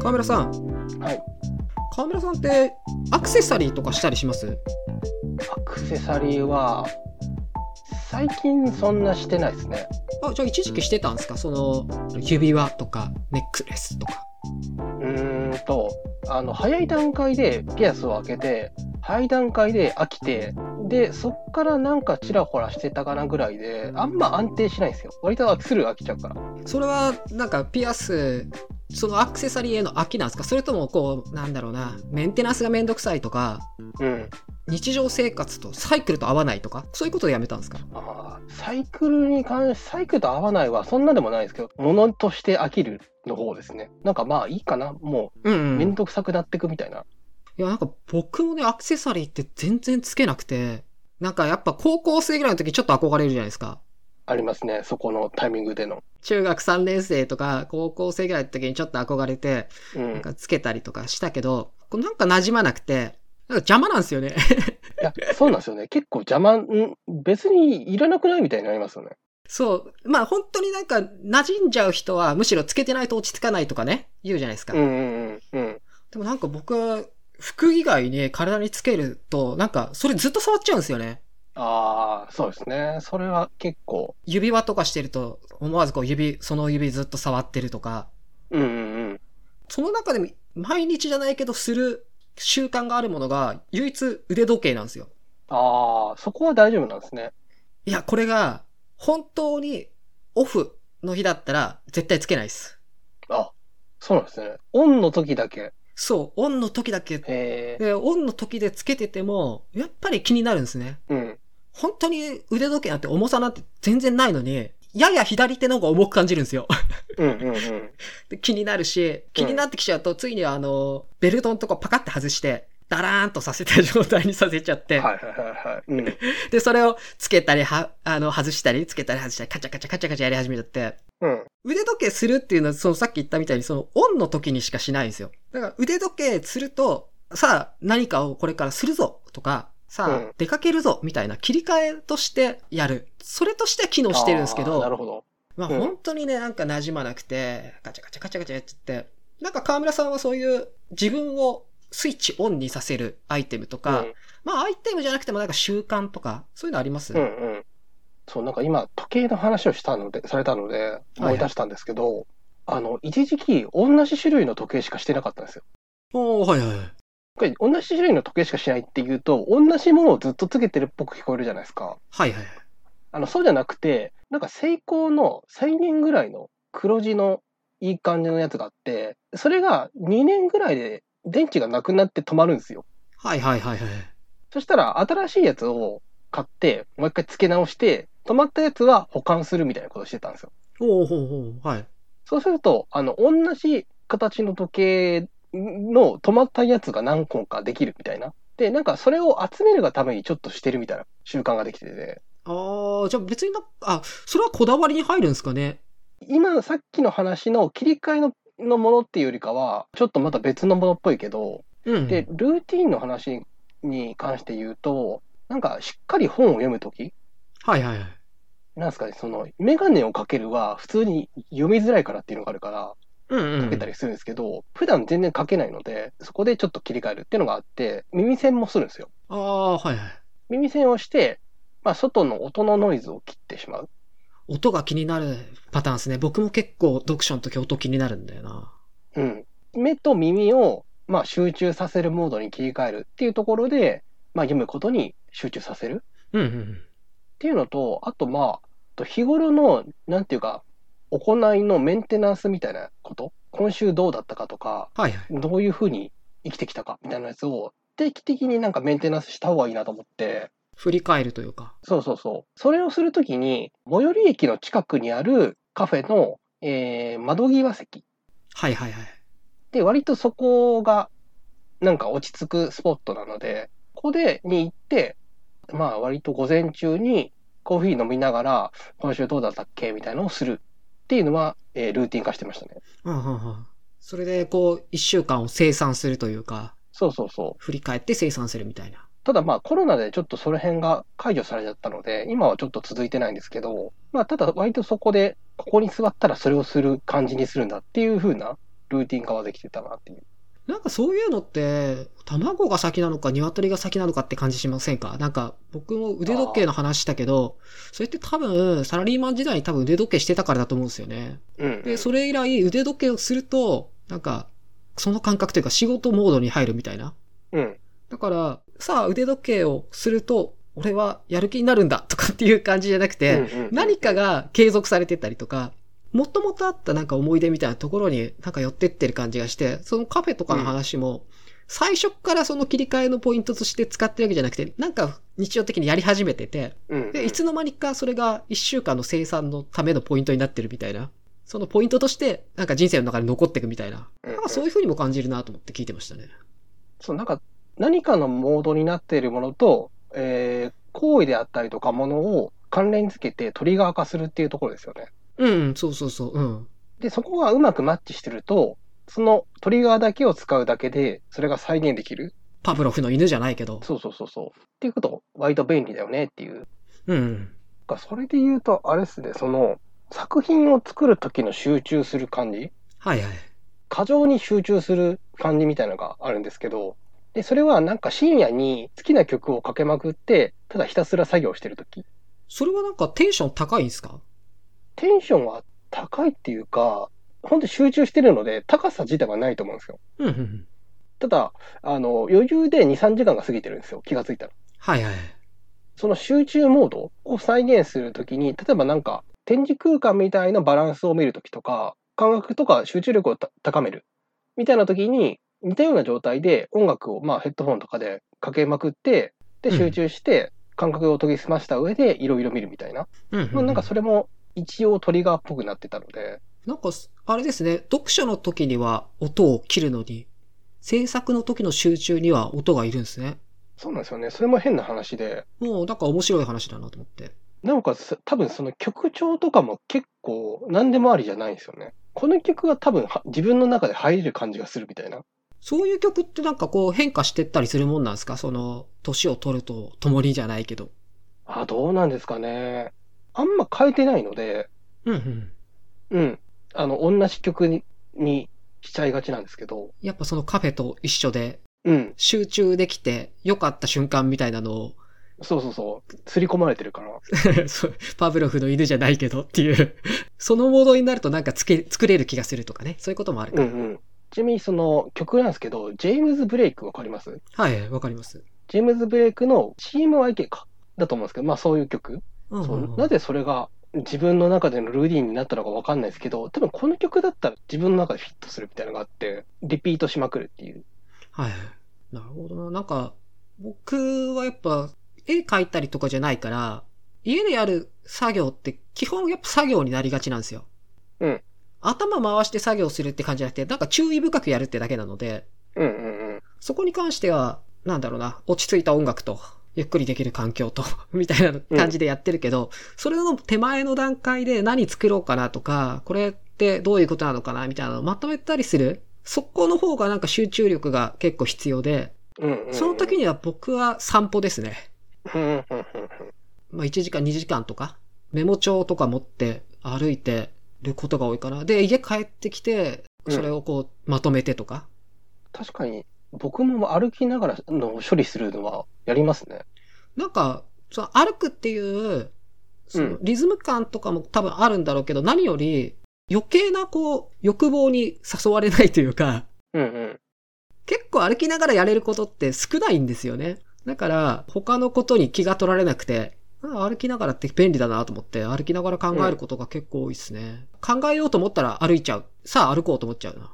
川村さんはい。川村さんってアクセサリーとかしたりしますアクセサリーは、最近そんなしてないですね。あじゃあ一時期してたんですかその指輪とかネックレスとかうーんと、あの、早い段階でピアスを開けて、早い段階で飽きて、で、そっからなんかちらほらしてたかなぐらいで、あんま安定しないんですよ。割と飽きする飽きちゃうから。それはなんかピアスそのアクセサリーへの飽きなんですかそれともこうなんだろうなメンテナンスがめんどくさいとかうん。日常生活とサイクルと合わないとかそういうことでやめたんですかあーサイクルに関しサイクルと合わないはそんなでもないですけど、物として飽きるの方ですね。なんかまあいいかな。もうん、う、うめん、んいどくさくなってくみたいな。やなんか僕もねアクセサリーって全然つけなくてなんかやっぱ高校生ぐらいの時ちょっと憧れるじゃないですかありますね。そこのタイミングでの。中学3年生とか高校生ぐらいの時にちょっと憧れてうなんん。かつけたりとかしたけどこうなんか馴染まなくてなんか邪魔なんですよね いや、そうなんですよね。結構邪魔、ん別にいらなくないみたいになりますよね。そうまあ本当になんか馴染んじゃう人はむしろつけてないと落ち着かないとかね言うじゃないですか、うんうんうんうん。でもなんか僕は服以外に体につけるとなんかそれずっと触っちゃうんですよねああ、そうですね。それは結構。指輪とかしてると思わずこう指その指ずっと触ってるとかうんうんその中でも毎日じゃないけどする習慣があるものが唯一腕時計なんですよああ、そこは大丈夫なんですね。いやこれが本当にオフの日だったら絶対つけないですあ、そうなんですね。オンの時だけ。そうオンの時だけええでオンの時でつけててもやっぱり気になるんですねうん。本当に腕時計なんて重さなんて全然ないのにやや左手の方が重く感じるんですよ うんうんうん。で気になるし、気になってきちゃうと、ついにはあの、ベルトのとこパカって外して、ダラーンとさせた状態にさせちゃって、はいはいはいはい。うん。で、それをつけたり、は、あの、外したり、つけたり外したり、カチャカチャカチャカチャやり始めちゃって、うん。腕時計するっていうのは、そのさっき言ったみたいに、その、オンの時にしかしないんですよ。だから腕時計すると、さあ、何かをこれからするぞとか、うさあん、出かけるぞみたいな切り替えとしてやる。それとしては機能してるんですけあーどな、るほど。まあうん本当にね、なんか馴染まなくて、ガチャガチャガチャガチャやっちゃって、なんか河村さんはそういう自分をスイッチオンにさせるアイテムとか、まあアイテムじゃなくてもなんか習慣とか、そういうのあります、うん、うんうん。そう、なんか今、時計の話をしたので、されたので、思い出したんですけど、あの、一時期、同じ種類の時計しかしてなかったんですよ。おーはいはい。これ同じ種類の時計しかしないっていうと、同じものをずっとつけてるっぽく聞こえるじゃないですか。はいはい。あの、そうじゃなくて、なんかセイコーの1000円ぐらいの黒字のいい感じのやつがあって、それが2年ぐらいで電池がなくなって止まるんですよ。はいはいはいはい。そしたら新しいやつを買って、もう一回付け直して、止まったやつは保管するみたいなことをしてたんですよ。おーほうほう、はい。そうすると、あの、同じ形の時計の止まったやつが何個かできるみたいな。で、なんかそれを集めるがためにちょっとしてるみたいな習慣ができてて、あー、じゃあ別にな、あ、それはこだわりに入るんですかね今のさっきの話の切り替えののものっていうよりかは、ちょっとまた別のものっぽいけど、うん。で、ルーティンの話に関して言うと、なんかしっかり本を読むとき、はいはいはい。なんですかね、その、メガネをかけるは普通に読みづらいからっていうのがあるから、うんうかけたりするんですけど、普段全然かけないので、そこでちょっと切り替えるっていうのがあって、耳栓もするんですよ。あー、はいはい。耳栓をして、まあ、外の音のノイズを切ってしまう。音が気になるパターンですね。僕も結構読書の時音気になるんだよな。うん。目と耳を、まあ、集中させるモードに切り替えるっていうところで、まあ、読むことに集中させるうんうん。っていうのと、あとまあ、あと日頃の、なんていうか、行いのメンテナンスみたいなこと、今週どうだったかとか、はいはい。どういうふうに生きてきたかみたいなやつを定期的になんかメンテナンスした方がいいなと思って、振り返るというか。そうそうそう。それをするときに、最寄り駅の近くにあるカフェの、えー窓際席。はいはいはい。で、割とそこが、なんか落ち着くスポットなので、ここで、に行って、まあ割と午前中にコーヒー飲みながら、今週どうだったっけみたいなのをするっていうのは、えールーティン化してましたね。うんうんうん。それでこう、一週間を生産するというか。そうそうそう。振り返って生産するみたいな。ただまあコロナでちょっとその辺が解除されちゃったので、今はちょっと続いてないんですけど、まあただ割とそこで、ここに座ったらそれをする感じにするんだっていう風なルーティン化はできてたなっていう。なんかそういうのって、卵が先なのか鶏が先なのかって感じしませんかなんか僕も腕時計の話したけど、それって多分サラリーマン時代に多分腕時計してたからだと思うんですよね。うん。で、それ以来腕時計をすると、なんかその感覚というか仕事モードに入るみたいな。うん。だから、さあ腕時計をすると俺はやる気になるんだとかっていう感じじゃなくて、うんうん何かが継続されてたりとか、もともとあったなんか思い出みたいなところになんか寄ってってる感じがして、そのカフェとかの話も、最初からその切り替えのポイントとして使ってるわけじゃなくて、なんか日常的にやり始めてて、うんうんで、いつの間にかそれが1週間の生産のためのポイントになってるみたいな、そのポイントとしてなんか人生の中に残っていくみたいな、うんうんなんかそういう風にも感じるなと思って聞いてましたね。そう、なんか、何かのモードになっているものと、えー行為であったりとかものを関連付けてトリガー化するっていうところですよね。うんうん、そうそうそう、うん。で、そこがうまくマッチしてると、そのトリガーだけを使うだけで、それが再現できる。パブロフの犬じゃないけど、そうそうそうそう。っていうこと、割と便利だよねっていう。うん。かそれで言うと、あれですね、その、作品を作る時の集中する感じはいはい。過剰に集中する感じみたいなのがあるんですけど、で、それはなんか深夜に好きな曲をかけまくって、ただひたすら作業してる時それはなんかテンション高いんですかテンションは高いっていうか、本当に集中してるので、高さ自体はないと思うんですよ。うんうんうん。ただ、あの、余裕で2、3時間が過ぎてるんですよ。気がついたら。はいはい。その集中モードを再現するときに、例えばなんか、展示空間みたいなバランスを見るときとか、感覚とか集中力をた高める。みたいなときに、似たような状態で音楽を、まあ、ヘッドホンとかでかけまくって、で、うん集中して、感覚を研ぎ澄ました上で、いろいろ見るみたいな。うんまあなんかそれも、一応トリガーっぽくなってたので、なんかす、あれですね、読書の時には音を切るのに、制作の時の集中には音がいるんですね。そうなんですよね。それも変な話で、もうなんか面白い話だなと思って。なおかつ、多分その曲調とかも結構何でもありじゃないんですよね。この曲が多分は自分の中で入れる感じがするみたいな。そういう曲ってなんかこう変化してったりするもんなんですかその、年を取ると共にじゃないけど。あ、どうなんですかね。あんま変えてないので、うんうん。うん。あの、同じ曲ににしちゃいがちなんですけど、やっぱそのカフェと一緒で、うん。集中できて良かった瞬間みたいなのを、 そうそうそう。刷り込まれてるから。そうパブロフの犬じゃないけどっていう、そのモードになるとなんかつけ作れる気がするとかね。そういうこともあるうかんら。うん。ちなみにその曲なんですけど、ジェームズ・ブレイクわかりますはい、わかります。ジェームズ・ブレイクの CMYK か。だと思うんですけど、まあそういう曲。うんうんそうんうなぜそれが自分の中でのルーティンになったのかわかんないですけど、多分この曲だったら自分の中でフィットするみたいなのがあって、リピートしまくるっていう。はい。なるほどな。なんか、僕はやっぱ、絵描いたりとかじゃないから、家でやる作業って基本やっぱ作業になりがちなんですよ。うん。頭回して作業するって感じじゃなくて、なんか注意深くやるってだけなので、うんうんうん。そこに関しては、なんだろうな、落ち着いた音楽と、ゆっくりできる環境と、 みたいな感じでやってるけど、それの手前の段階で何作ろうかなとか、これってどういうことなのかな、みたいなのをまとめたりする。そこの方がなんか集中力が結構必要で、うんうんうん、その時には僕は散歩ですね。うんうんうんうんまあ1時間2時間とか、メモ帳とか持って歩いてることが多いかな。で、家帰ってきて、うんそれをこうまとめてとか。確かに、僕も歩きながらの処理するのはやりますね。なんか、その歩くっていう、そうのんリズム感とかも多分あるんだろうけど、何より余計なこう欲望に誘われないというか、 うんうん。結構歩きながらやれることって少ないんですよね。だから、他のことに気が取られなくて、あ歩きながらって便利だなと思って、歩きながら考えることが結構多いですね。考えようと思ったら歩いちゃう。さあ歩こうと思っちゃうな。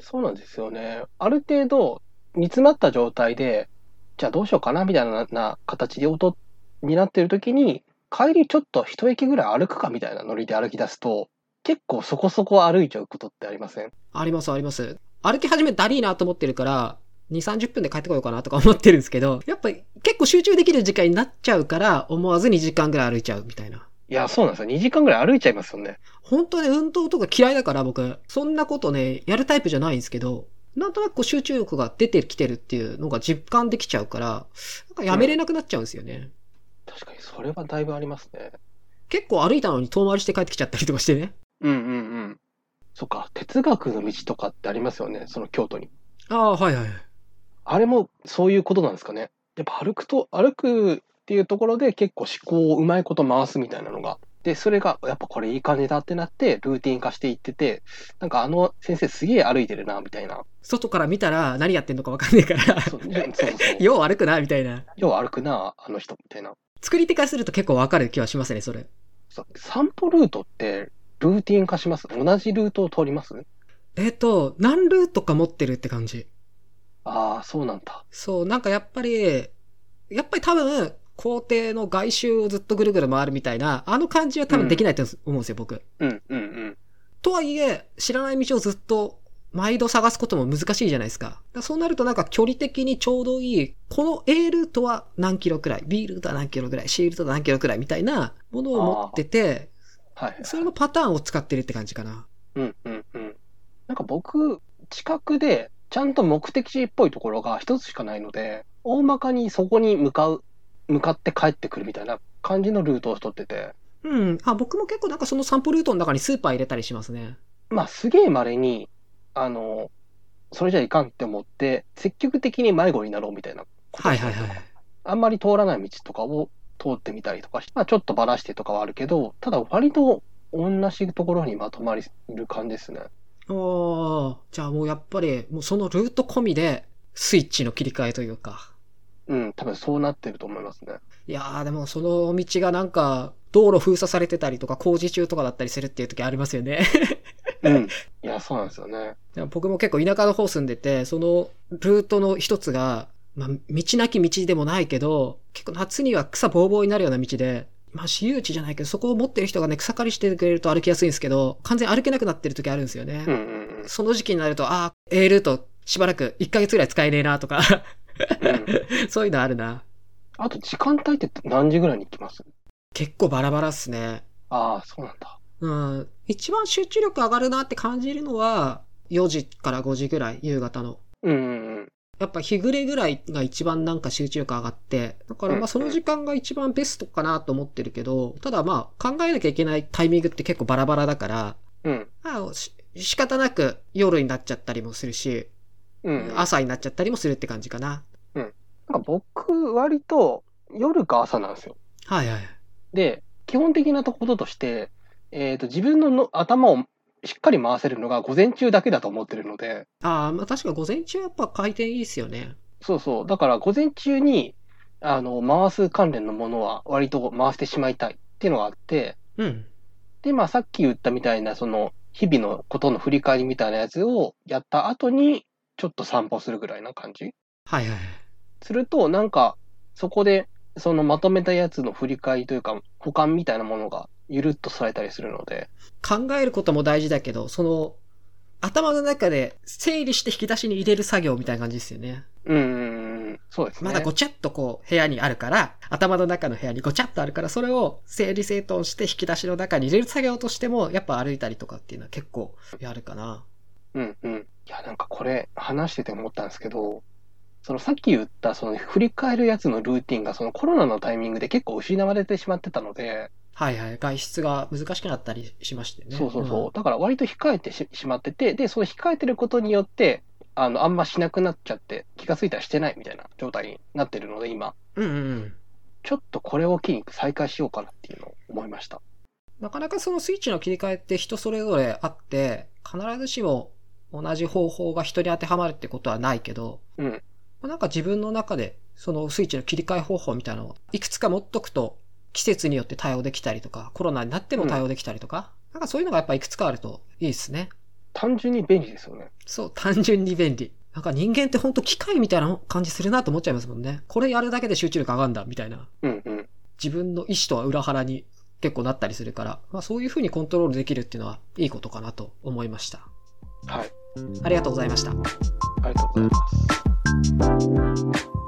そうなんですよね。ある程度、煮詰まった状態で、じゃあどうしようかなみたいなな形で音になってる時に、帰りちょっと一駅ぐらい歩くかみたいなノリで歩き出すと、結構そこそこ歩いちゃうことってありませんありますあります。歩き始めだりーなと思ってるから、2、30分で帰ってこようかなとか思ってるんですけど、やっぱり結構集中できる時間になっちゃうから、思わず2時間ぐらい歩いちゃうみたいな。いや、そうなんですよ。2時間ぐらい歩いちゃいますよね。本当ね、運動とか嫌いだから僕、そんなことね、やるタイプじゃないんですけど、なんとなくこう集中力が出てきてるっていうのが実感できちゃうから、なんかやめれなくなっちゃうんですよね。確かにそれはだいぶありますね。結構歩いたのに遠回りして帰ってきちゃったりとかしてね。うんうんうん。そっか、哲学の道とかってありますよね、その京都に。ああ、はいはい。あれもそういうことなんですかね。やっぱ歩くと、歩くっていうところで結構思考をうまいこと回すみたいなのが。で、それが、やっぱこれいい感じだってなって、ルーティン化していってて、なんかあの先生すげえ歩いてるな、みたいな。外から見たら何やってんのかわかんないから、 そうそうそうそう。よう歩くな、みたいな。よう歩くな、あの人、みたいな。作り手からすると結構わかる気はしますね、それ。そう散歩ルートって、ルーティン化します同じルートを通りますえっ、と、何ルートか持ってるって感じ。ああ、そうなんだ。そう、なんかやっぱり、やっぱり多分、校庭の外周をずっとぐるぐる回るみたいな、あの感じは多分できないと思うんですよ、僕。うん、うん、うん。とはいえ、知らない道をずっと、毎度探すことも難しいじゃないですか。だからそうなるとなんか距離的にちょうどいい、この A ルートは何キロくらい、B ルートは何キロくらい、C ルートは何キロくらいみたいなものを持ってて、はい。それのパターンを使ってるって感じかな。うん、うん、うん。なんか僕、近くで、ちゃんと目的地っぽいところが一つしかないので、大まかにそこに向かう、向かって帰ってくるみたいな感じのルートを取ってて、うん。あ、僕も結構なんかその散歩ルートの中にスーパー入れたりしますね。まあすげえ稀に、あの、それじゃいかんって思って、積極的に迷子になろうみたいなことをはいしたはいりとかはい。あんまり通らない道とかを通ってみたりとかして、まあ、ちょっとばらしてとかはあるけど、ただ割と同じところにまとまりる感じですね。おーじゃあもうやっぱり、もうそのルート込みで、スイッチの切り替えというか。うん、多分そうなってると思います ね。いやー、でもその道がなんか、道路封鎖されてたりとか、工事中とかだったりするっていう時ありますよね。うん。いや、そうなんですよね。でも僕も結構田舎の方住んでて、そのルートの一つが、まあ、道なき道でもないけど、結構夏には草ぼうぼうになるような道で、まあ、私有地じゃないけど、そこを持ってる人がね、草刈りしてくれると歩きやすいんですけど、完全に歩けなくなってる時あるんですよね。うんうんうん。その時期になると、ああ、A ルートしばらく1ヶ月ぐらい使えねえなとか、 うん、そういうのあるな。 あと時間帯って何時ぐらいに行きます結構バラバラっすね。ああ、そうなんだ。うん。一番集中力上がるなって感じるのは、4時から5時ぐらい、夕方の。うんうんうん。やっぱ日暮れぐらいが一番なんか集中力上がって、だからうまんうんあその時間が一番ベストかなと思ってるけど、ただまあ考えなきゃいけないタイミングって結構バラバラだから、うん。まあし仕方なく夜になっちゃったりもするし、うん、なんか朝になっちゃったりもするって感じかな。僕、割と夜か朝なんですよ。はいはい。で、基本的なとこととして、えっ、と、自分のの頭をしっかり回せるのが午前中だけだと思ってるので、ああ、まあ確か午前中やっぱ回転いいっすよね。そうそう。だから午前中に、あの、回す関連のものは割と回してしまいたいっていうのがあって、うん。で、まあさっき言ったみたいな、その、日々のことの振り返りみたいなやつをやった後に、ちょっと散歩するぐらいな感じはいはい。すると、なんか、そこで、そのまとめたやつの振り返りというか、保管みたいなものがゆるっとされたりするので、考えることも大事だけど、その、頭の中で整理して引き出しに入れる作業みたいな感じですよね。うんうんうん、そうですね。まだごちゃっとこう部屋にあるから、頭の中の部屋にごちゃっとあるから、それを整理整頓して引き出しの中に入れる作業としても、やっぱ歩いたりとかっていうのは結構やるかな。うんうん。いや、なんかこれ話してて思ったんですけど、そのさっき言ったその振り返るやつのルーティンがそのコロナのタイミングで結構失われてしまってたので、はいはい。外出が難しくなったりしましてね。そうそうそう。だから割と控えてししまってて、で、その控えてることによって、あの、あんましなくなっちゃって、気がついたらしてないみたいな状態になってるので、今、うん。うんうんうん。ちょっとこれを機に再開しようかなっていうのを思いました。なかなかそのスイッチの切り替えって人それぞれあって、必ずしも同じ方法が人に当てはまるってことはないけど、うんまあなんか自分の中でそのスイッチの切り替え方法みたいなのをいくつか持っとくと、季節によって対応できたりとか、コロナになっても対応できたりとか、なんかそういうのがやっぱいくつかあるといいですね。単純に便利ですよね。そう、単純に便利。なんか人間ってほんと機械みたいな感じするなと思っちゃいますもんね。これやるだけで集中力上がるんだ、みたいな。うんうん。自分の意思とは裏腹に結構なったりするから、まあ、そういうふうにコントロールできるっていうのはいいことかなと思いました。はい。ありがとうございました。ありがとうございます。